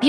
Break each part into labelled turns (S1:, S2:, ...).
S1: 美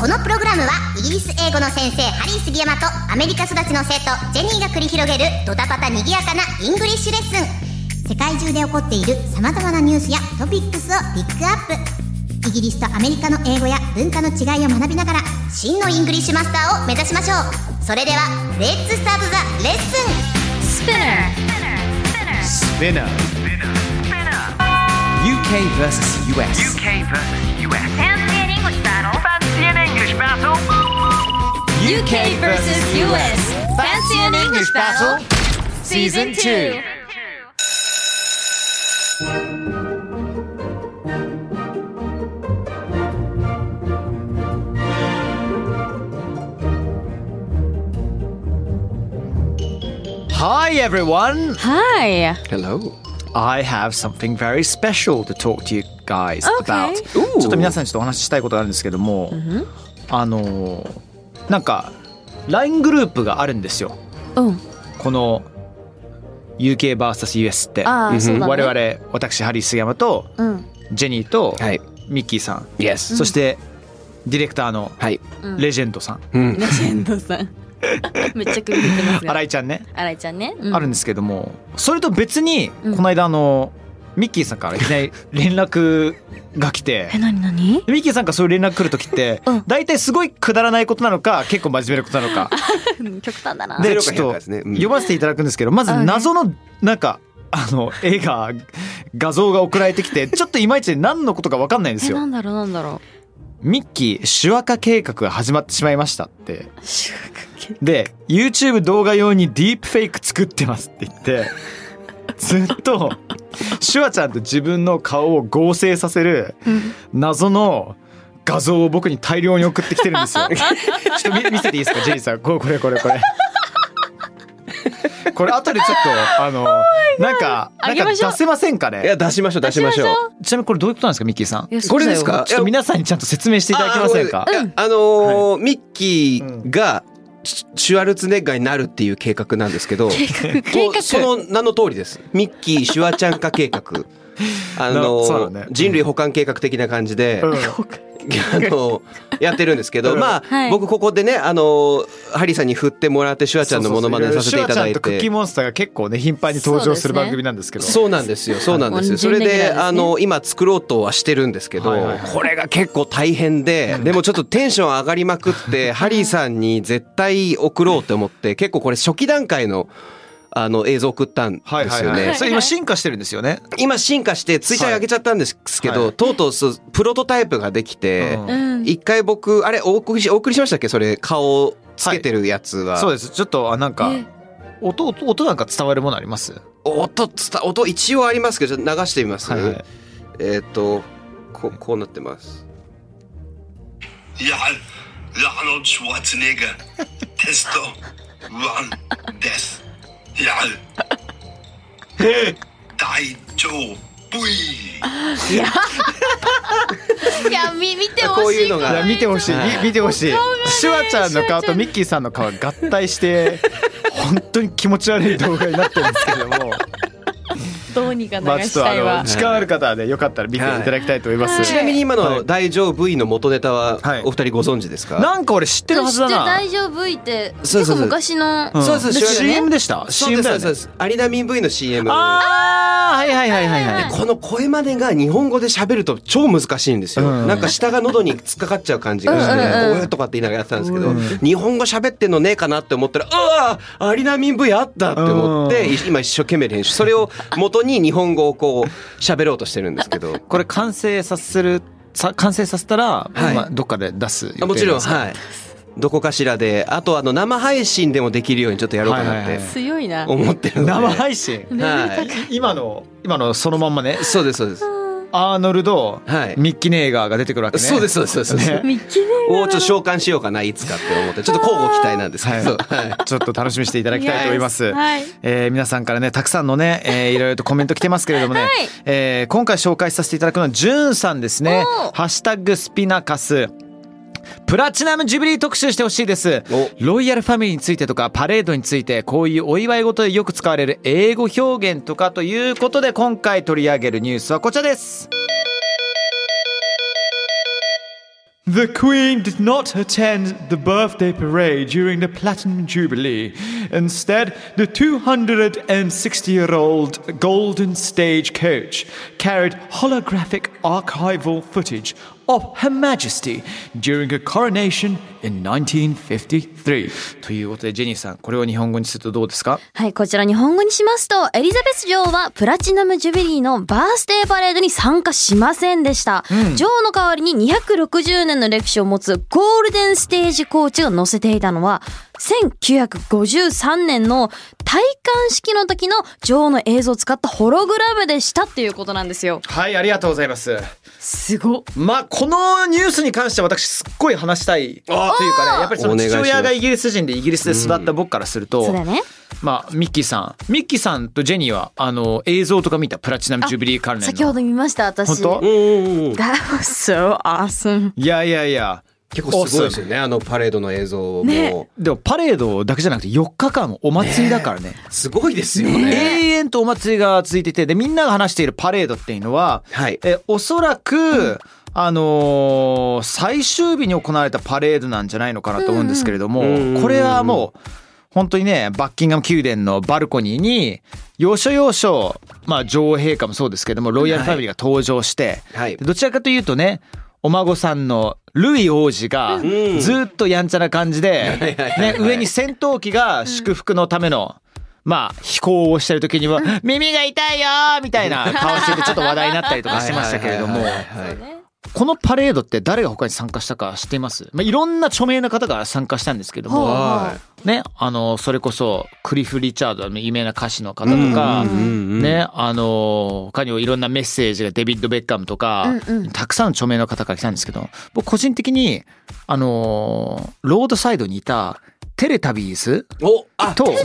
S2: このプログラムはイギリス英語の先生ハリー杉山とアメリカ育ちの生徒ジェニーが繰り広げるドタパタにぎやかなイングリッシュレッスン世界中で起こっている様々なニュースやトピックスをピックアップイギリスとアメリカの英語や文化の違いを学びながら真のイングリッシュマスターを目指しましょうそれではレッツスタートザレッスン
S3: Spinner. UK versus US.
S4: UK versus US. Fancy an English battle. Fancy an English battle.
S3: UK versus US. Fancy an English battle? Season 2. Hi everyone.
S5: Hi.
S3: Hello. I have something very special to talk to you guys
S5: Okay.
S3: about. ちょっと皆さんにちょっとお話ししたいことがあるんですけども、あのーなんか LINE グループがあるんですよ。
S5: うん。
S3: この UK vs US って、
S5: ああ、そうだね。
S3: 我々私ハリー杉山と
S5: うん。
S3: ジェニーと
S6: はい。
S3: ミッキーさん、
S6: Yes.
S3: そしてディレクターの
S6: はい。
S3: レジェンドさん、
S6: うん。
S5: レジェンドさ ん。めっちゃ首振ってます
S3: 新
S5: が。
S3: 井ちゃんね、
S5: 新井ちゃんね。うん
S3: あるんですけどもそれと別に
S5: うん
S3: この間あの、ミッキーさんからいき なり連絡が来て
S5: え、。なになに
S3: でミッキーさんからそういう連絡来る時って
S5: うん
S3: 大体すごいくだらないことなのか結構真面目なことなのか
S5: 極端だな。
S3: で
S6: 0
S3: ち
S6: か100
S3: ょっと
S6: かですねうん
S3: 読ませていただくんですけどまず
S5: あね
S3: 謎のなんかあの絵が画像が送られてき てちょっといまいち何のことか分かんないんです
S5: え、な
S3: よ。
S5: んだろうなんだろ
S3: ミッキー手話化計画が始まってしまいましたって
S5: う。収穫
S3: で YouTube 動画用にディープフェイク作ってますって言ってずっとシュワちゃんと自分の顔を合成させる謎の画像を僕に大量に送ってきてるんです よ。ちょっと見見せていいですかジェリーさんこれこれこれこれ。これ後でちょっとあのなんかな
S5: あ
S3: ん
S5: げ
S3: か
S5: ましょう
S3: 出せませんか
S6: い
S3: ね
S6: や、出しましょう、出しましょう。
S3: ちなみにこれどういうことなんですかミッキーさん
S5: いやそう
S6: これです
S5: だよ
S6: か
S3: ちょっと皆さんにちゃんと説明していただけませんか
S6: あーごめんなさいいやあのーミッキ
S3: う
S6: ーが、シュシュワルツェネッガーになるっていう計画なんですけど、計
S5: 計画。
S6: その名の通りです。ミッキー、シュワちゃん化計 画。あの
S3: な
S6: ー
S3: そうだねうん
S6: 人類保管計画的な感じで、
S3: うん
S6: あのやってるんですけ
S3: う
S6: ど、
S3: ん
S6: まあ、
S5: はい
S6: 僕ここでね、あのハリーさんに振ってもらって、シュワちゃんのモノマネさせていただい
S3: シュワちゃんとクッ
S6: て
S3: キー。モンスターが結構ね頻繁に登場する番組なんですけど。
S6: そうなんですよ、そうなんですよ。それ
S5: 準レギュラー
S6: で、
S5: ですね
S6: あの、今作ろうとはしてるんですけど
S3: はいはいはい、
S6: これが結構大変で、でもちょっとテンション上がりまくっ て、ハリーさんに絶対送ろうと思って、結構これ初期段階の、あの、映像送ったんで
S3: はいは
S6: す
S3: い
S6: よ
S3: はい、
S6: ね。
S3: それ今進化してるんですよね。
S6: 今進化して、ツイッターに上げちゃったんですけ
S3: はいは
S6: ど、とうとうそうプロトタイプができて、
S3: うん
S5: うん。
S6: 一回僕、あれ、お送りし、お送りしましたっけそれ、顔つけてるやつは。
S3: そうです。ちょっとあなんか
S5: え
S3: 音音音なんか伝わるものあります。
S6: 音つた、音一応ありますけど、ちょっと流してみます。
S3: はいはい。
S6: えっと、こう、こうなってます。
S7: Jan, Arnold Schwarzenegger. Testo. Run. Des. Jan. Dai Joe. Bui.
S5: いや、み、見てほしい。
S6: こういうのが
S3: いや見てほしい、
S6: はい
S3: み見てほしい。シュワちゃんの顔とミッキーさんの顔が合体して。本当に気持ち悪い動画になってるんですけども、
S5: どうにか流
S3: まあちょっ
S5: したい
S3: とあ
S5: わ
S3: の。時間ある方はねよかったら見ていただきたいと思います。
S5: はい
S6: ちなみに今
S3: は
S6: の
S3: い
S6: 大丈夫位の元ネタは
S3: はい
S6: お二人ご存知ですか、
S3: なんか俺知ってるはずだな。
S5: 知って大丈夫いって。
S6: そうそ
S5: 結
S6: うそう
S5: 構昔の。
S3: ん
S6: そうそう
S5: ですよね
S3: CM でした。
S6: そうで
S3: CM
S6: す
S3: だ
S6: そ
S3: よ
S6: うで
S3: ね。
S6: すアリナミン V の CM こ
S3: ああはいはいはいはいはい。
S6: の声真似が日本語で喋ると超難しいんですよ、
S3: うん
S6: なんか下が喉に突っかかっちゃう感じがして
S5: うんうんうん
S6: おえとかって言いながらやってたんですけど、
S3: うん
S6: 日本語喋ってんのねえかなって思ったらああアリナミン V あったって思ってい今一生懸命練習それを元に日本語をこう喋ろうとしてるんです けど
S3: これ完成させるさ完成させたら、
S6: はい
S3: まあどっかで出す予定
S6: あもちろん
S3: なんですか
S6: はいどこかしらであとあの生配信でもできるようにちょっとやろうかなっ
S3: はい
S6: て
S3: はいはい
S5: 強いな。
S6: 思ってるので
S3: 生配信
S6: はい。
S3: 今の今のそのまんまね
S6: そうです、そうです。
S3: アーノルド、
S6: はい
S3: ミッキーネーガーが出てくるわけね
S6: そうですそうですそうです、
S3: ね
S5: ミッキーネ
S6: をちょっと召喚しようかないつかって思ってちょっと交互期待なんですけど、はい
S3: ちょっと楽しみにしていただきたいと思います。
S5: はい
S3: えー皆さんからねたくさんのね、えーいろいろとコメント来てますけれどもね、えー今回紹介させていただくのはじゅんさんですね「ハッシュタグスピナカス」プラチナムジュビリー特集してほしいです
S6: お
S3: ロイヤルファミリーについてとかパレードについてこういうお祝い事でよく使われる英語表現とかということで今回取り上げるニュースはこちらです。The Queen did not attend the birthday parade during the Platinum Jubilee. Instead, the 260 year old Golden Stagecoach carried holographic archival footage of Her Majesty during her coronation in 1953. ということで、ジェニーさん、これを日本語にするとどうですか
S5: はい、こちら日本語にしますと、エリザベス女王はプラチナムジュビリーのバースデーパレードに参加しませんでした。女王の代わりに260年の歴史を持つゴールデンステージコーチが乗せていたのは、1953年の戴冠式の時の女王の映像を使ったホログラムでしたっていうことなんですよ。
S3: はい、ありがとうございます。
S5: すごっ。
S3: まあこのニュースに関しては私すっごい話したいというかねやっぱりその
S6: お願いし
S3: 父
S6: ます
S3: 親がイギリス人でイギリスで育った僕からすると、
S5: そうだよね。
S3: まあミッキーさんミッキーさんとジェニーはあの映像とか見たプラチナムジュビリー関連の
S5: 先ほど見ました、私。
S3: 本当
S5: That was so awesome.
S3: いやいやいや
S6: 結構すごいですよねあのパレードの映像も、
S5: ね
S3: でもパレードだけじゃなくて4日間お祭りだからね
S6: すごいですよね
S3: 永遠とお祭りが続いててでみんなが話しているパレードっていうのは、
S6: はい
S3: えおそらく、あのー最終日に行われたパレードなんじゃないのかなと思うんですけれども、
S6: うんうん
S3: これはもう本当にねバッキンガム宮殿のバルコニーに要所要所、まあ、女王陛下もそうですけどもロイヤルファミリーが登場して、
S6: はい
S3: どちらかというとねお孫さんのルイ王子が
S6: ん
S3: ずっとやんちゃな感じで、ね、上に戦闘機が祝福のための、まあ、飛行をしてる時には「耳が痛いよ!」みた いな顔しててちょっと話題になったりとかしてましたけれども
S6: はいはいはいはいはい
S3: このパレードって誰が他に参加したか知っています、まあ、いろんな著名な方が参加したんですけども、
S6: は
S3: ね、あのそれこそクリフ・リチャードの有名な歌手の方とか、
S6: うんうんうんうん
S3: ね、あの他にもいろんなメッセージがデビッド・ベッカムとか、たくさんの著名な方から来たんですけど僕個人的にあのロードサイドにいたテレタビーズ
S6: いおあ
S3: と
S6: ね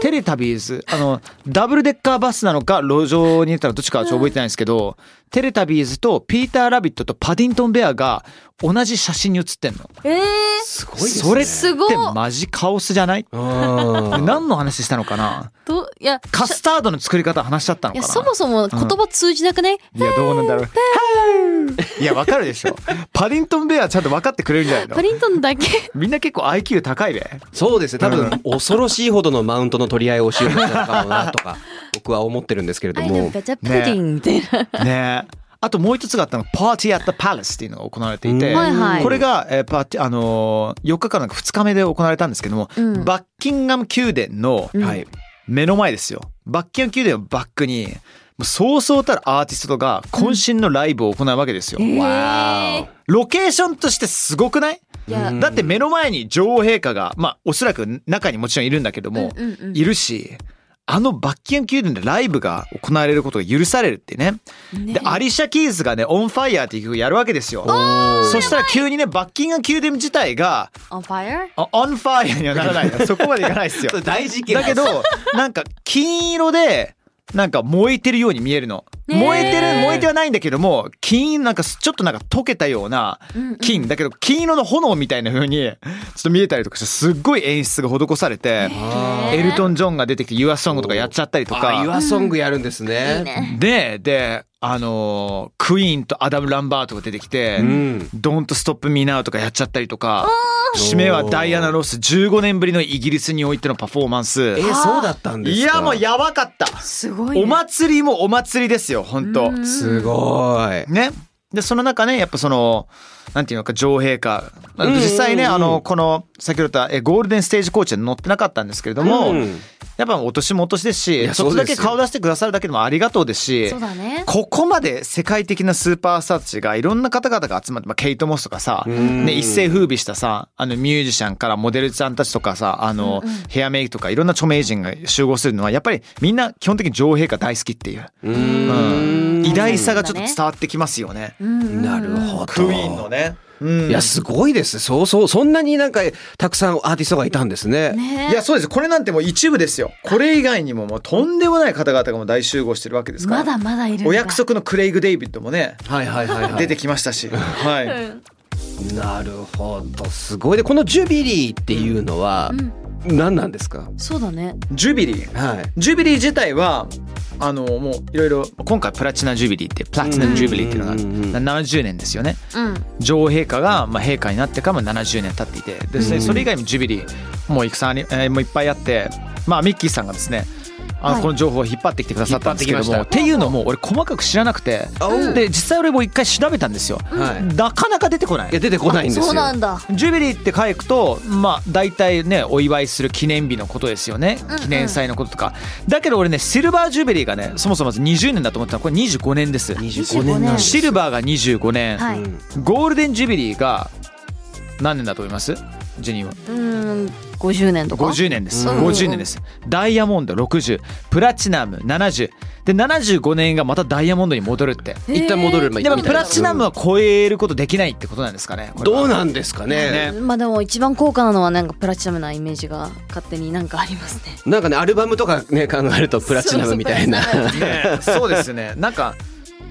S3: テレタビーズあのダブルデッカーバスなのか路上にいたのかどっちかはちょっと覚えてないんですけど、テレタビーズとピーター・ラビットとパディントン・ベアが同じ写真に写ってんの。
S5: えー、
S6: すごいですね
S3: それっ
S5: すごい
S3: てマジカオスじゃない
S6: あー
S3: 何の話したのかな
S5: と、いや、
S3: カスタードの作り方話しちゃったの
S5: い
S3: か
S5: や
S3: な
S5: そもそも言葉通じなくね、
S3: いやどうなんだろう いやわかるでしょパディントンベアちゃんと分かってくれるんじゃないの
S5: パリントンだけ
S3: みんな結構 IQ 高いべ
S6: そうですね多分恐ろしいほどのマウントの取り合いをしようとしたのかもなとか 僕は思ってるんですけれど
S5: アイド
S6: も
S5: ルガチャプディンみたいな、
S3: ねえあともう一つがあったのパーティー・アット・パレスっていうのが行われていて、
S6: うん
S5: はいはい
S3: これが、えーパーティーあのー、4日間なんか2日目で行われたんですけども、
S5: うん
S3: バッキンガム宮殿の
S6: はい
S3: 目の前ですよバッキンガム宮殿をバックにもうそうそうたるアーティストが渾身のライブを行うわけですよ、
S6: わー
S3: ロケーションとしてすごくない
S5: いや、
S3: だって目の前に女王陛下がまあおそらく中にもちろんいるんだけども、
S5: うんうんうん
S3: いるしあのバッキンガム宮殿でライブが行われることが許されるってねでアリシャ・キーズがね「オンファイヤーっていう曲をやるわけですよそしたら急にねバッキンガム宮殿自体が
S5: On fire?
S3: あオンファイヤーにはならないのそこまでいかないですよ
S6: 大事
S3: だけどなんか金色でなんか燃えてるように見えるの
S5: ねえ
S3: 燃えてる燃えてはないんだけども金なんかすちょっとなんか溶けたような金だけど金色の炎みたいな風にちょっと見えたりとかしてすっごい演出が施されてエルトン・ジョンが出てきて「ユアソングとかやっちゃったりと
S6: あユ
S3: か
S6: アソングやるんですね
S3: でであのークイーンとアダム・ランバートが出てきて
S6: うん
S3: 「Don't Stop Me Now」とかやっちゃったりとか締めはダイアナ・ロス15年ぶりのイギリスにおいてのパフォーマンス
S6: え。ーそうだったんですか
S3: いやもうやばかった
S5: すごい、ね、
S3: お祭りもお祭りですよ本当
S6: すごい
S3: ねでその中ねやっぱそのなんていうのか女王陛下まあ
S6: うんうんうん
S3: 実際ねあのこの先ほど言ったえゴールデンステージコーチは乗ってなかったんですけれども、
S6: うん
S3: やっぱお年もお年ですし
S6: や
S3: ちょっとだ
S6: そうで
S3: け
S6: すよ
S3: 顔出してくださるだけでもありがとうですし
S5: そうだね
S3: ここまで世界的なスーパースターたちがいろんな方々が集まって、まあ、ケイト・モスとかさ、
S6: ん
S3: ね、一世風靡したさあのミュージシャンからモデルさんたちとかさあの、ヘアメイクとかいろんな著名人が集合するのはやっぱりみんな基本的に女王陛下大好きっていう、
S6: うん
S3: うん偉大さがちょっと伝わってきますよね。
S6: なるほど。
S3: クイーンのね。うん
S6: いや、すごいです。そうそう。そんなになんか、たくさんアーティストがいたんですね。
S3: いやそうですこれなんてもう一部ですよこれ以外にももうとんでもない方々がもう大集合してるわけですから
S5: まだまだいるんだ
S3: お約束のクレイグ・デイビッドもね
S6: はいはいはい、はい。
S3: 出てきましたし、はい、
S6: なるほど。すごい。で、このジュビリーっていうのは、何なんですか
S5: そうだね
S3: ジュビリー
S6: はい。
S3: ジュビリー自体はあのもういろいろ今回プラチナ・ジュビリーってプラチナ・ジュビリーっていうのがある
S6: うんうんうん
S3: 70年ですよね
S5: うん
S3: 女王陛下がまあ陛下になってからも70年経っていてでそれそれ以外にもジュビリーもういくさんあり、えーもういっぱいあって、まあ、ミッキーさんがですねあ
S5: は
S3: の
S5: い
S3: この情報を引っ張ってきてくださったんですけど
S6: 引っ張
S3: も
S6: っ
S3: ってていうのも俺細かく知らなくて
S6: うん
S3: で実際俺も一回調べたんですよ
S6: はい。い
S3: なかなか出てこない
S6: や、出てこないんですよ。
S5: そうなんだ
S3: ジュビリーって書くとまあ大体ねお祝いする記念日のことですよね
S5: んうん
S3: 記念祭のこととかだけど俺ねシルバージュビリーがねそもそもまず20年だと思ってたのこれ25年です
S6: 25年なんです
S3: シルバーが25年
S5: はい
S6: うん
S3: ゴールデンジュビリーが何年だと思いますジェニーは
S5: うん50年とか
S3: 50年です
S5: うん
S3: 50年ですダイヤモンド60プラチナム70で75年がまたダイヤモンドに戻るって
S6: 一旦戻るみたい
S3: で
S6: な
S3: もプラチナムは超えることできないってことなんですかねこれは
S6: どうなんですかね
S3: ね
S5: まあでも一番高価なのはなんかプラチナムなイメージが勝手になんかありますね
S6: なんかねアルバムとかね考えるとプラチナムみたいな
S5: そうそう
S3: ねそうですね。なんか、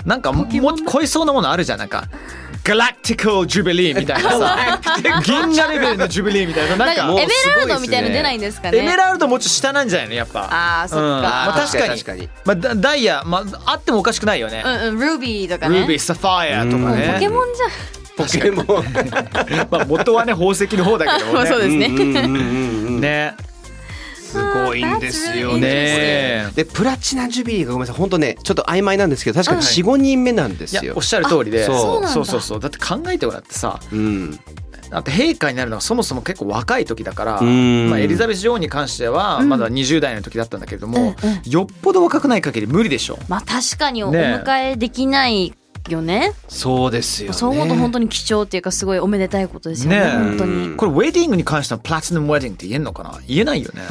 S3: なんかももう超えそうなものあるじゃん。なんか、ガラクティカルジュビリーみたいなさ、銀河レベルのジュビリーみたいな。なん
S5: なん
S3: か、
S5: か
S6: もう
S5: エメラルドみたい
S6: すごいで
S5: なの
S6: すね
S5: 出ないんですか
S3: エ
S5: ね
S3: メラルドもうちょっと下なんじゃないのやっぱ。
S5: あーそっか
S3: うんまあ、確かに
S6: 確かに
S3: まあ、ダダイヤ、まあ、あってもおかしくないよね。
S5: うんうんルビーとか
S3: ル
S5: ね
S3: ービー、サファイアとか
S5: もうポケ
S3: ね。
S5: モンじゃん
S6: ポケモン
S3: まあ、元はね、宝石の方だけど
S5: まあそう
S3: ね。
S5: ですね、
S3: ね。
S6: す ごいんですよ
S3: ね
S6: でプラチナジュビリーがごめんなさい本当ねちょっと曖昧なんですけど確かに四五人目なんで
S3: い
S6: す
S3: や
S6: よ
S3: おっ。しゃる通りで
S6: あそう
S5: なんだ
S3: そうそうそうだって考えてもらってさ
S6: うん
S3: だって陛下になるのはそもそも結構若い時だから、
S6: ん
S3: まあ、エリザベス女王に関してはまだ20代の時だったんだけれども、
S5: うんうん
S3: よっぽど若くない限り無理でしょ
S5: まあ確かにお
S3: ねえ
S5: 迎えできないよね
S6: そうですよね。
S5: そう思うと本当に貴重っていうかすごいおめでたいことですよね
S3: ねえ
S5: 本当
S6: う
S5: に
S6: ん
S3: これウェディングに関してはプラチナムウェディングって言えんのかな言えないよね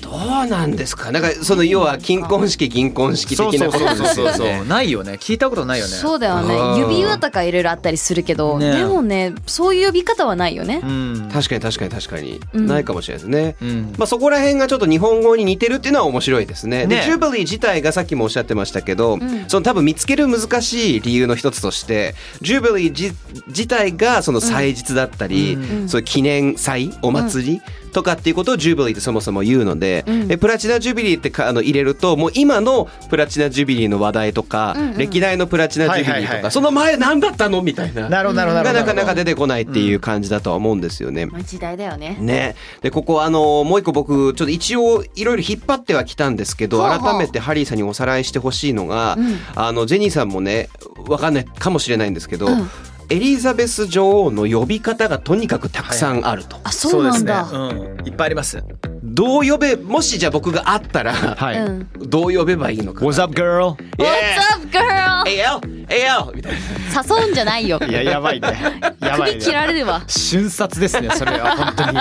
S6: どうなんですか。なんかその要は金婚式銀婚式
S3: そう
S6: 的
S3: そ
S6: なこと
S3: うそう
S6: で
S3: そう
S6: す
S3: そう
S6: よ
S3: そ
S6: ね。
S3: うないよね聞いたことないよね
S5: そうだよ
S6: うん
S5: ね指輪とかいろいろあったりするけど、
S3: ねえ
S5: でもねそういう呼び方はないよね
S3: う、ん、
S6: 確かに確かに確かに、
S5: うん
S6: ないかもしれないですね。
S3: うん
S6: まあ、そこら辺がちょっと日本語に似てるっていうのは面白いですね。で
S3: ね
S6: ジュビリー自体がさっきもおっしゃってましたけど、
S5: ん
S6: その多分見つける難しい理由の一つとしてジュビリーじ自体がその祭日だったり、
S3: う
S6: そういう記念祭お祭りとかっていうことをジュビリーってそもそも言うので,、
S5: うん
S6: でプラチナジュビリーってかあの入れるともう今のプラチナジュビリーの話題とか、
S5: うんうん
S6: 歴代のプラチナジュビリーとか、
S3: はいはいはい
S6: その前何だったのみたいな。
S3: なるほどなるほど
S6: が
S3: る
S6: な
S3: ほ
S6: か
S3: ど
S6: なか出てこないっていう感じだとは思うんですよね。
S5: まあ時代だよね
S6: ね、でここあのもう一個僕ちょっと一応いろいろ引っ張ってはきたんですけど
S5: ほうほう
S6: 改めてハリーさんにおさらいしてほしいのが、
S5: うん
S6: あのジェニーさんもねわかんないかもしれないんですけど、
S5: うん
S6: エリザベス女王の呼び方がとにかくたくさんあると。
S5: あそうなんだ
S3: そうですね、うん、いっぱいあります
S6: どう呼べもしじゃあ僕があったら、
S3: はい、
S5: うん
S6: どう呼べばいいのか。
S3: What's up girl?
S5: What's up girl
S6: ええよええよみたいな。
S5: 誘うんじゃないよ
S3: いややばい ねやばい
S5: 首切ら
S3: ね
S5: れるわ
S3: 瞬殺ですねそれは本当に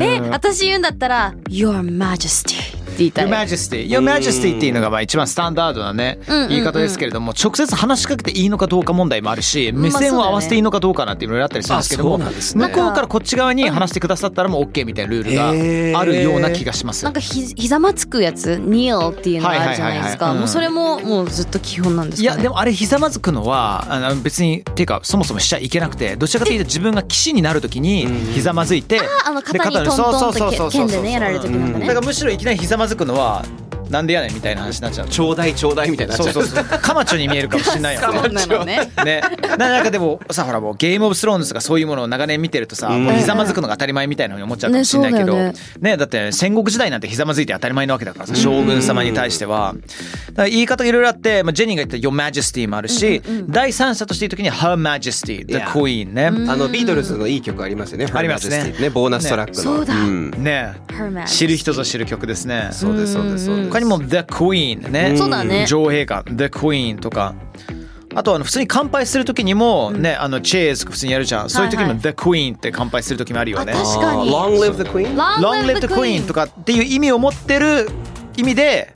S5: え私言うんだったら「Your Majesty」って言いた
S3: Your
S5: い
S3: Majesty Your Majesty っていうのがまあ一番スタンダードなね
S5: うんうんうん
S3: 言い方ですけれども直接話しかけていいのかどうか問題もあるし
S5: まあ
S3: 目線を合わせていいのかどうかなんていろいろあったりするんですけども
S6: あそうなんですね
S3: 向こうからこっち側に話してくださったらもう OK みたいなルールがあるような気がします
S5: なんかひひざまつくやつ「Kneel」っていうのがあるじゃないです
S3: は
S5: か
S3: いはいはいはいうん
S5: もうそれももうずっと基本なんです
S3: い
S5: か
S3: や
S5: ね
S3: でもあれひざまずくのはあの別にっていうかそもそもしちゃいけなくてどちらかというと自分が騎士になるときにひざまずいて
S5: あの
S3: で
S5: 肩にトントンとけ剣でねやられる時なんか
S3: だか
S5: ね
S3: らむしろいきなりひざまずくのはなんでやねんみたいな話になっちゃう
S6: ちょうだいちょうだいみたいになっ
S3: そ
S6: ちゃ
S3: う
S6: う。
S3: そうそうカマチョに見えるかもしれないよね
S5: そうなのね
S3: ね、 ななんかでもさほらもうゲームオブスローンズとかそういうものを長年見てるとさ、
S6: うん
S3: もうひざまずくのが当たり前みたいなふうに思っちゃうかもしれないけど、
S5: ね
S3: ね
S5: そ
S3: だって戦国時代なんてひざまずいて当たり前なわけだからさ将軍様に対しては、だから言い方がいろいろあって、まあ、ジェニーが言った「Your Majesty」もあるし、第三者として言う時に「Her Majesty」「The
S6: Yeah
S3: Queen ね」
S6: あのビートルズのいい曲ありますよね。
S3: ありますね
S6: Her Majesty ボーナストラックの。
S5: そうだ
S6: ん
S3: ね
S5: Her Majesty
S3: 知る人ぞ知る曲ですね
S6: そうですそうですそうです。
S3: 他にも「The Queen ね」
S5: そうだね
S3: 女王陛下「The Queen」とかあとあの普通に乾杯する時にもね、あのチェーズとか普通にやるじゃんそういう時
S5: はい
S3: も
S5: は
S3: 「The Queen」って乾杯する時もあるよね
S5: あ確かに
S6: あー Long live the Queen?
S5: Long
S3: Long live the Queen とかっていう意味を持ってる意味で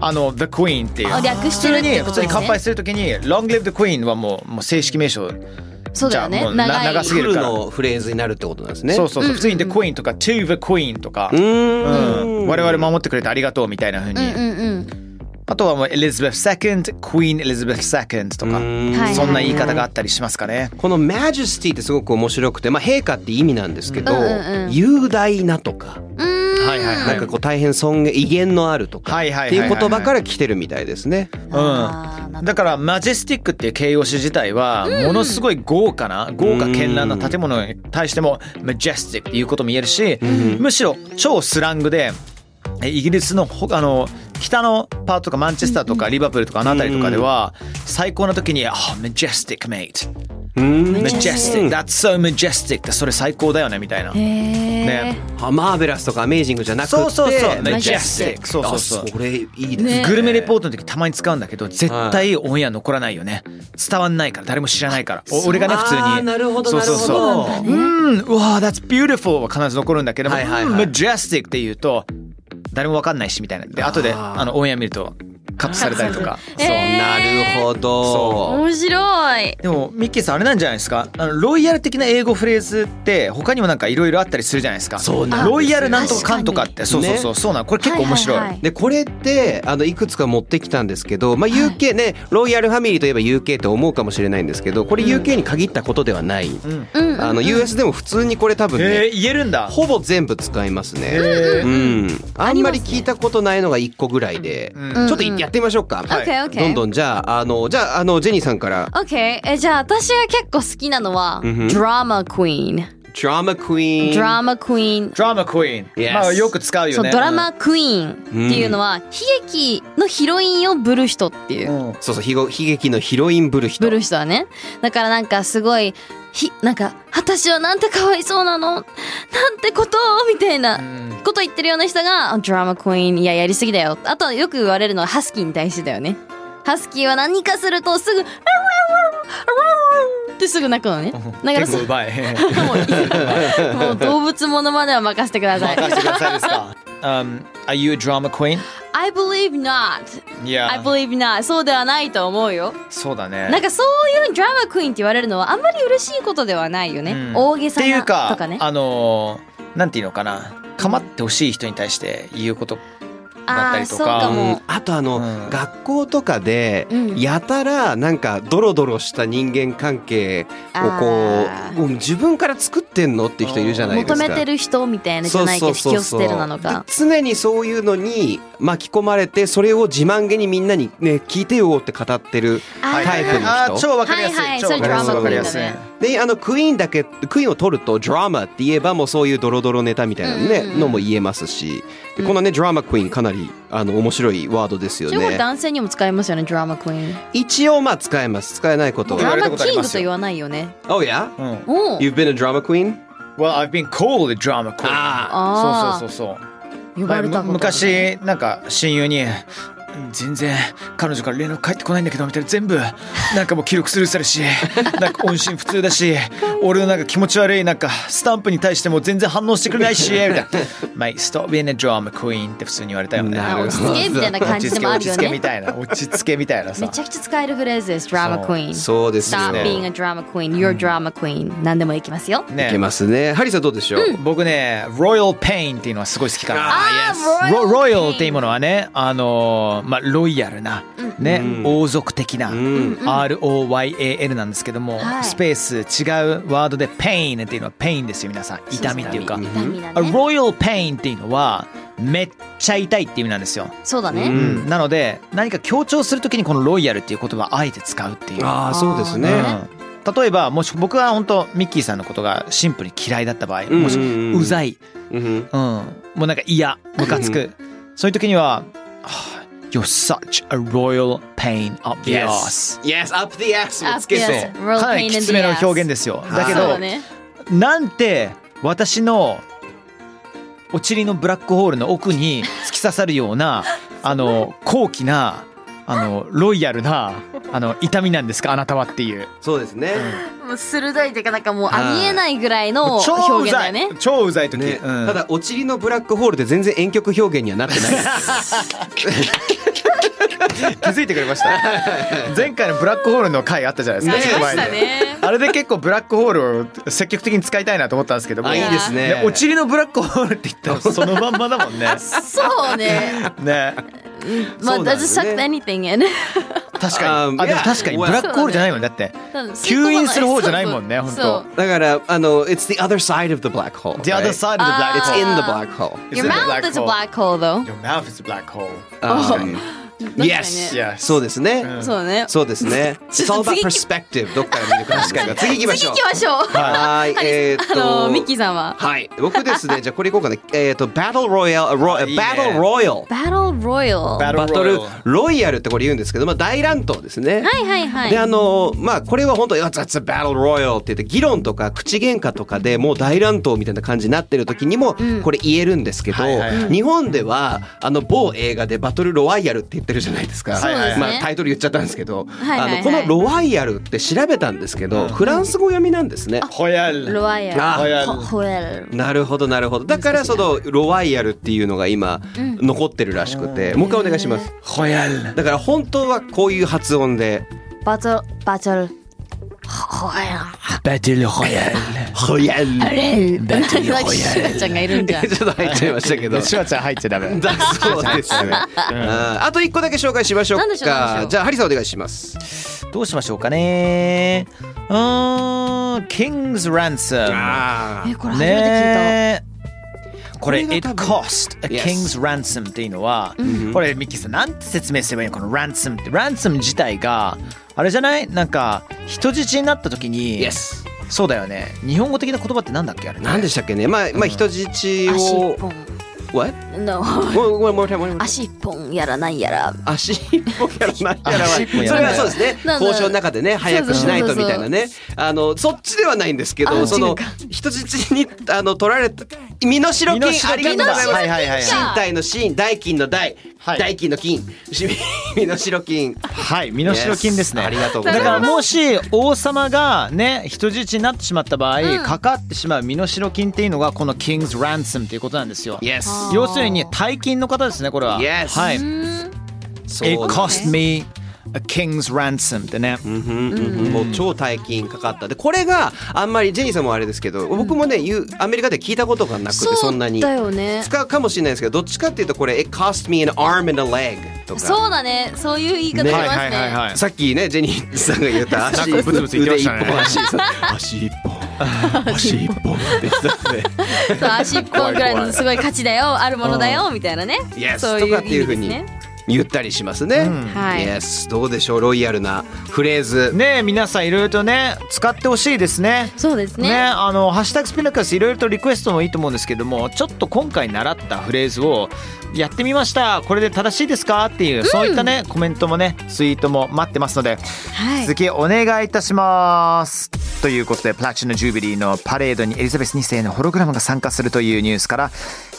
S3: あの The Queen っていう
S5: あ略
S3: 普
S5: してる
S3: 通
S5: っ
S3: に
S5: てこ
S3: 普
S5: と
S3: 通
S5: で
S3: に
S5: す
S3: 乾杯
S5: ね
S3: するときに Long Live the Queen はもうもう正式名称
S5: そう
S3: じゃ
S5: だよ
S3: あ
S5: ね
S3: もうな
S5: 長
S3: 長
S5: い
S3: すぎる
S6: フル
S3: から
S6: のフレーズになるってことなんですね。
S3: そうそうそう普通に The Queen とか To the Queen とか
S6: う
S3: う
S6: ー
S3: ん
S6: ん。
S3: 我々守ってくれてありがとうみたいな風に
S5: うんうん
S3: あとはもう Elizabeth II Queen Elizabeth II とか
S6: う
S5: うんはい
S3: そんな言い方があったりしますかね
S6: この majesty ってすごく面白くて、まあ陛下って意味なんですけど、
S5: うんうんうん
S6: 雄大なとか、
S5: うん
S3: はいはい
S6: なんかこう大変尊厳威厳のあるとか、
S3: はいはい
S6: っていう言葉からら来てるみたいですね。
S5: あーなるほど
S3: だからマジェスティックっていう形容詞自体はものすごい豪華な豪華絢爛な建物に対してもマジェスティックっていうことも言えるしむしろ超スラングでえイギリスのほあの北のパートとかマンチェスターとかリバプールとかあの辺りとかでは最高な時に「あマジェスティックメイト」
S6: うん。
S3: マジェスティック、That's so majestic ってそれ最高だよねみたいな。ね、
S6: あマーベラスとかアメージングじゃなくて、
S3: そうそうそう、
S6: majestic
S3: majestic。そうそうそう
S6: あ。それいいですね。
S5: ね
S3: グルメレポートの時たまに使うんだけど絶対オンエア残らないよね伝わんないから誰も知らないからお俺がね
S6: あー
S3: 普通に
S6: なるほど
S3: そうそうそう
S6: なるほど
S3: うんうわー That's beautiful は必ず残るんだけども、
S6: はいはいはい
S3: うん Majestic って言うと誰もわかんないしみたいなで後で
S6: あー
S3: あのオンエア見るとカットされたりとか
S6: そうなるほど。
S5: 面白い
S3: でもミッキーさんあれなんじゃないですかあのロイヤル的な英語フレーズって他にもなんかいろいろあったりするじゃないですか
S6: そうなんですよ
S3: ロイヤルなんとかかんとかってそうそうそうそうなんこれ結構面白い、
S5: はいはいはい
S6: でこれってあのいくつか持ってきたんですけど、まあ、UK ね、ロイヤルファミリーといえば UK と思うかもしれないんですけどこれ UK に限ったことではない、
S5: うんうん
S6: あの US でも普通にこれ多分
S3: え
S6: ね、
S3: ー、言えるんだ
S6: ほぼ全部使いますね、
S3: えー
S6: うん、あんまり聞いたことないのが1個ぐらいで、
S3: うん
S6: ちょっとやってみましょうか、
S3: はい
S5: OK OK
S6: どんどんじゃああのじゃああのジェニーさんから
S5: オッケーえじゃあ私が結構好きなのは、
S6: うんうん
S5: ドラマクイーン
S6: 「ドラマクイーン」
S5: ドラマクイーン
S3: ドラマクイーン、
S6: Yes
S3: まあよく使うよ
S5: そう
S3: ね
S5: ドラマクイーンっていうのは、悲劇のヒロインをぶる人っていう、
S3: うん
S6: そうそうひご悲劇のヒロインブルヒト
S5: ぶる人はねだからなんかすごいひなんか私はなんてかわいそうなのなんてことをみたいなこと言ってるような人がドラマクイーンいややりすぎだよあとはよく言われるのはハスキーに対してだよねハスキーは何かするとすぐ「アララララってすぐ泣くのねだから
S3: 結
S5: そ
S3: 構う まい
S5: もういいもう 動物ものまでは任せてくだ さい
S3: 任せてくださいですか um, Are you a drama queen?
S5: I believe not
S3: いや
S5: I believe not そうではないと思うよ
S3: そうだ
S5: なん
S3: ね
S5: かそういうドラマクイーンって言われるのはあんまり嬉しいことではないよね、
S3: うん
S5: 大げ
S3: っ
S5: さ
S3: ていう
S5: な
S3: か
S5: とかね
S3: あのーなんていうのかな構ってほしい人に対して言うことだったりとか
S5: あーそうかも
S6: うんあとあの、
S3: うん
S6: 学校とかで
S5: うん
S6: やたらなんかドロドロした人間関係をこ
S5: あ
S6: うもう自分から作ってんのって人いるじゃないです
S5: 求
S6: か。
S5: めてる人みたいなじゃないけ
S6: そ
S5: ど
S6: う
S5: 引
S6: そ
S5: き
S6: う
S5: 寄
S6: そ
S5: せ
S6: う
S5: てるなの
S6: で
S5: か
S6: 常にそういうのに巻き込まれてそれを自慢げにみんなにね聞いてよって語ってる
S5: あー
S6: タイプ
S3: あ
S6: の
S3: ー
S6: 人。
S3: 超わかりやすい、
S5: はいはい
S3: 超わかりや
S6: そ
S3: すい
S6: れ
S3: わかりやすい
S5: ドラマ
S6: であのクイーンだけクイーンを取るとドラマって言えばもうそういうドロドロネタみたいなのね、
S5: うんうんうん
S6: のも言えますしでこのねドラマクイーンかなりあの面白いワードですよ
S5: 中国
S6: ね。
S5: 男性にも使いますよねドラマクイーン
S6: 一応まあ使えます使えないこと
S5: ド
S3: 言わ
S5: ラ
S6: は
S3: れた
S5: マ
S3: ことあり
S5: キン
S3: ま
S5: グと
S3: すよ
S5: 言わないよね
S6: Oh yeah?
S3: うん
S5: おう
S6: You've been a drama queen?
S3: Well I've been called a drama queen
S6: あ
S5: あ
S3: そうそうそうそう
S5: ー呼ばれたことある
S3: む昔なんか親友に「全然彼女から連絡返ってこないんだけど」みたいな全部なんかもう記録するしてる しなんか音信不通だし俺のなんか気持ち悪いなんかスタンプに対しても全然反応してくれないしみたいな 「Mate stop being a drama queen」って普通に言われたよね
S6: な
S5: あ
S6: る
S5: 落ち着けみたいな感
S3: 落
S5: じ
S3: ち
S5: で
S3: 着け
S5: もあ
S3: 落
S5: る
S3: ち
S5: よ
S3: 着けみ
S5: ね
S3: たいな落ち着けみたいなさ
S5: めちゃくちゃ使えるフレーズですドラマクイーン
S6: そうです
S5: Stop
S6: ね。
S5: being a drama queen You're a drama queen 何でもいきますよ
S6: いけ
S3: ね
S6: ますね。ハリーさんどうでしょう、
S3: 僕ね「Royal Pain」っていうのはすごい好きかな。
S6: あ
S5: あー
S3: ロロイヤル
S5: Royal
S3: っていうものはね、あのーまあ、ロイヤルな、ね、王族的な、ROYAL なんですけども、
S5: はい
S3: スペース違うワードで pain っていうのは pain ですよ、皆さん。痛みっていうか。
S5: 痛みだ
S3: あ
S5: ね
S3: Royal pain っていうのは、めっちゃ痛いっていう意味なんですよ。
S5: そうだ
S6: う
S5: ね
S6: ん
S3: なので、何か強調するときにこのロイヤルっていう言葉をあえて使うっていう。
S6: ああそうです
S3: う
S6: ね。
S3: ん例えば、もし僕は本当ミッキーさんのことがシンプルに嫌いだった場合、もし、
S6: うんうんうん
S3: うざい、
S6: うんうん
S3: うん、もうなんか嫌ムカつくそういう時には 「You're such a royal pain up the ass」
S6: Yes, up the ass を
S5: Up
S6: つけ
S5: the
S6: て。
S5: ass
S6: う
S5: Royal
S3: かなり
S5: pain
S3: き
S5: in
S3: つ
S5: the
S3: めの
S5: ass
S3: 表現ですよだけ
S5: そうだ
S3: ど
S5: ね
S3: なんて私の お尻のブラックホールの奥に突き刺さるようなあの高貴なあのロイヤルなあの痛みなんですかあなたはっていう
S6: そうですね。
S5: もう鋭いというかなんかもうありえないぐらいの
S3: 超
S5: 表
S3: う
S5: 現だ
S3: ざ
S5: よ
S3: い、
S5: ね。
S3: 超うざい時、
S6: ね、
S3: うん
S6: ただおちりのブラックホールで全然遠曲表現にはなってないです。
S3: 気づいてくれました 前回のブラックホールの回あったじゃないですか、
S6: ねありました
S5: ね
S3: あれで結構ブラックホールを積極的に使いたいなと思ったんですけども
S6: あいいですね
S3: おちりのブラックホールって言ったらそのまんまだも んね
S5: そうね。
S3: ね
S5: まあ、
S6: そうなんで
S5: doesn't
S6: すね
S5: suck anything and
S6: あー
S3: 確かにあで
S6: い
S3: も
S6: や
S3: 確かにブラックホールじゃないもんだって吸
S5: 吸
S3: 引する方じゃないもんね本当
S6: だからあの It's the other side of the black hole.
S3: The other side of the black
S6: It's
S3: hole
S6: in the black hole.
S3: It's in
S5: Your
S3: the
S5: mouth is a
S3: hole.
S5: black hole though.
S3: Your mouth is a black hole
S6: あー
S5: 確かにね
S6: Yes.
S3: Yes
S6: そうです
S3: う
S6: ね
S3: ん。
S5: そうね。
S6: そうですね。It's
S5: ちょ
S6: all
S5: っと
S6: about
S5: 次
S6: perspective. どっから見るか確かに。次行きまし
S5: 次
S6: ょう
S5: 行。きましょう。
S6: はい、えーっ
S5: あ
S6: と、
S5: のミッキーさんは
S6: はい、僕です ね、じゃあこれいこうかね。えーっと、Battle Royale、Ro-
S3: あいいね
S6: Battle Royal。
S5: Battle Royal。は
S3: Battle
S6: バトル
S3: Royal
S6: ロイヤルってこれ言うんですけど、まあ大乱闘ですね。
S5: いはいは
S6: であ
S5: い。
S6: のまあこれは本当に「That's a battle royal」って言って議論とか口喧嘩とかでもう大乱闘みたいな感じになってる時にもこれ言えるんですけど、
S3: はいはいは
S6: 日本ではあの某映画で「バトルロワイヤル」って言ってるじゃないですか
S3: そうですね
S6: まあ、タイトル言っちゃったんですけど、
S5: はいはいはい
S6: あのこの「ロワイヤル」って調べたんですけど、フランス語読みなんですね。
S3: ホヤル
S5: ロワイヤ
S6: あ
S3: ホヤ
S5: ル。
S3: ル
S5: ホホヤル。
S6: なるほどなるほどだからそのロワイヤルっていうのが今残ってるらしくて、もう一回お願いします
S3: ホヤル
S6: だから本当はこういう発音で
S5: バトルバトル。ホホヤ
S3: バトルホヤル
S6: 「ロイヤル」
S5: ル。レ ン。なんかシュワちゃんがいるんじゃ
S6: 。
S5: ん
S6: ちょっと入っちゃいましたけど
S3: シュワちゃん入っちゃダメ
S6: だそうですね。あーあと一個だけ紹介しましょう
S5: なんでしょうなんでし
S6: か。
S5: ょう
S6: じゃあハリさんお願いします。
S3: どうしましょうかねうーん King's Ransom
S6: あ
S5: えこれ初めて聞い
S3: ねえこれ
S6: これ
S3: It
S6: が多分
S3: cost a
S6: Yes
S3: king's ransom っていうのは、これミッキーさんなんて説明すればいいのこの ransom って ransom 自体があれじゃないなんか人質になった時に、
S6: Yes
S3: そうだよね日本語的な言葉ってなんだっけあれ
S6: あ。なんでしたっけね。まあまあ人質
S5: た。足
S6: を
S5: 一。本。
S6: What？
S5: No。
S6: もうもうもうもうもう
S5: 足一本やらなんやら。
S6: 足一本やらないやらは
S3: 足一本や
S6: そ
S3: ら
S6: れ
S3: な
S6: はいそうですね
S5: なんだ
S6: 交渉の中でね早くしないとみたいなねあのそっちではないんですけど
S5: あ
S6: その
S5: 違うか
S6: 人質にあの取られた身の代金ありがとうございます
S3: はいはいはいはい
S6: 身体の身代金の代
S3: はい
S6: 代金の金 し身の代金
S3: はい身代金ですね
S6: Yes ありがとうご
S3: だ
S6: ざい
S3: か
S6: ます
S3: らもし王様がね人質になってしまった場合、かかってしまう身代金っていうのがこの king's ransom っていうことなんですよ
S6: Yes
S3: 要するに大金の方ですねこれは
S6: Yes
S3: はい
S6: そう
S3: It cost me a king's ransom ってね、
S6: もう超大金かかったでこれがあんまりジェニーさんもあれですけど僕もね言うアメリカで聞いたことがなくてそんなに
S5: だよね。
S6: 使うかもしれないですけどどっちかっていうとこれ「It cost me an arm and a leg」とか
S5: そうだね。そういう言い方しますね。
S3: い
S6: さっきねジェニーさんが言った足
S3: なんかブツブツ言ってまし たね
S6: 腕一本足 一本足一本足一本って言ってたんで
S5: そう足一本ぐらいのすごい価値だよ、あるものだよみたいなね。
S6: Yes
S5: そう
S6: と
S5: い
S6: かっ
S5: う
S6: てい
S5: 意
S6: う
S5: 味
S6: ふう
S5: です
S6: に
S5: ね。
S6: 言ったりしますね。
S5: はい
S6: Yes どうでしょうロイヤルなフレーズ。
S3: ねえ皆さんいろいろとね使ってほしいですね
S5: そうですね。
S3: あのハッシュタグスピナカスいろいろとリクエストもいいと思うんですけどもちょっと今回習ったフレーズをやってみましたこれで正しいですかっていう、そういったねコメントもねツイートも待ってますので、
S5: はい
S3: 続。きお願いいたしますということでプラチナ・ジュビリーのパレードにエリザベス2世のホログラムが参加するというニュースから、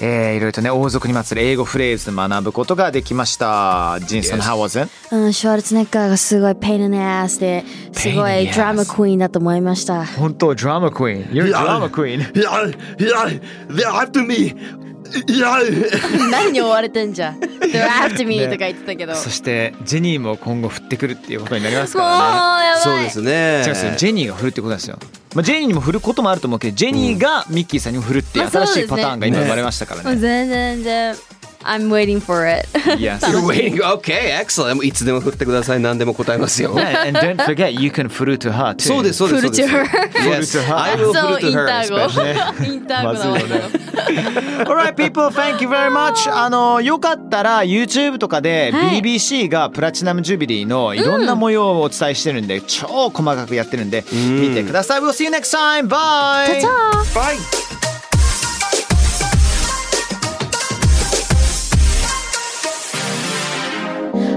S3: えー、いろいろとね王族にまつる英語フレーズ学ぶことができましたジンさん How was it?
S5: うん、シュワルツェネッガーがすごいペインのアースで、すご
S3: Pain in
S5: い
S3: the ass
S5: ドラマクイーンだと思いました。
S3: 本当ドラマクイーン You're a drama queen
S7: Yeah, yeah, they're after me. Yeah.
S5: 何に追われてんじゃん。They're after me とか言ってたけど。も
S3: そしてジェニーも今後振ってくるっていうことになります
S5: う
S3: からね。
S5: や
S6: そう
S5: ば
S6: で
S5: い。
S6: すね
S3: 違うんですよジェニーが振るってことなんですよ、まあ、ジェニーにも振ることもあると思うけどジェニーがミッキーさんにも振るっていう
S5: まあそう
S3: 新し
S5: ですね
S3: いパターンが今生まれましたから
S5: もう
S3: ね。
S5: 全然全然。I'm waiting for it.
S3: yes.
S6: You're waiting. Okay, excellent. いつでも振ってください。何でも答えますよ。
S3: Yeah, and don't forget you can 振る to her too.
S6: そうです、そうです。そうです
S5: Furniture.
S6: Yes, I will
S5: そう、
S6: furniture
S5: イン
S6: her.
S5: タ
S6: especially.
S5: ー語。インター語だわ。
S3: Alright people, thank you very much. あのよかったら YouTube とかで
S5: はい
S3: BBC がプラチナムジュビリーのいろんな模様をお伝えしてるんで、超細かくやってるんで見てください。We'll see you next time. Bye.
S6: Bye.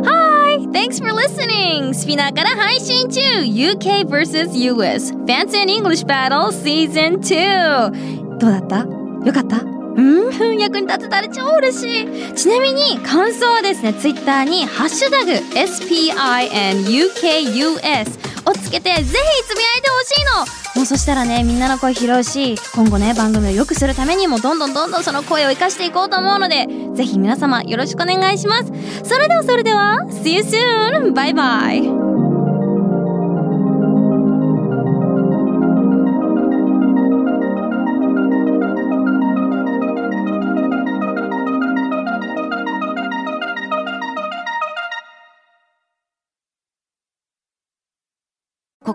S5: Hi! Thanks for listening! スピナーから配信中 !UK vs.US Fancy and English Battle Season 2! どうだったよかったんうん、役に立てたら超嬉しい。ちなみに感想はですね、ツイッターにハッシュタグ SPINUKUS をつけてぜひつぶやいてほしいの。もうそしたらね、みんなの声拾うし、今後ね、番組を良くするためにもどんどんどんどんその声を生かしていこうと思うので、ぜひ皆様よろしくお願いします。それではそれでは、See you soon! バイバイ
S8: こ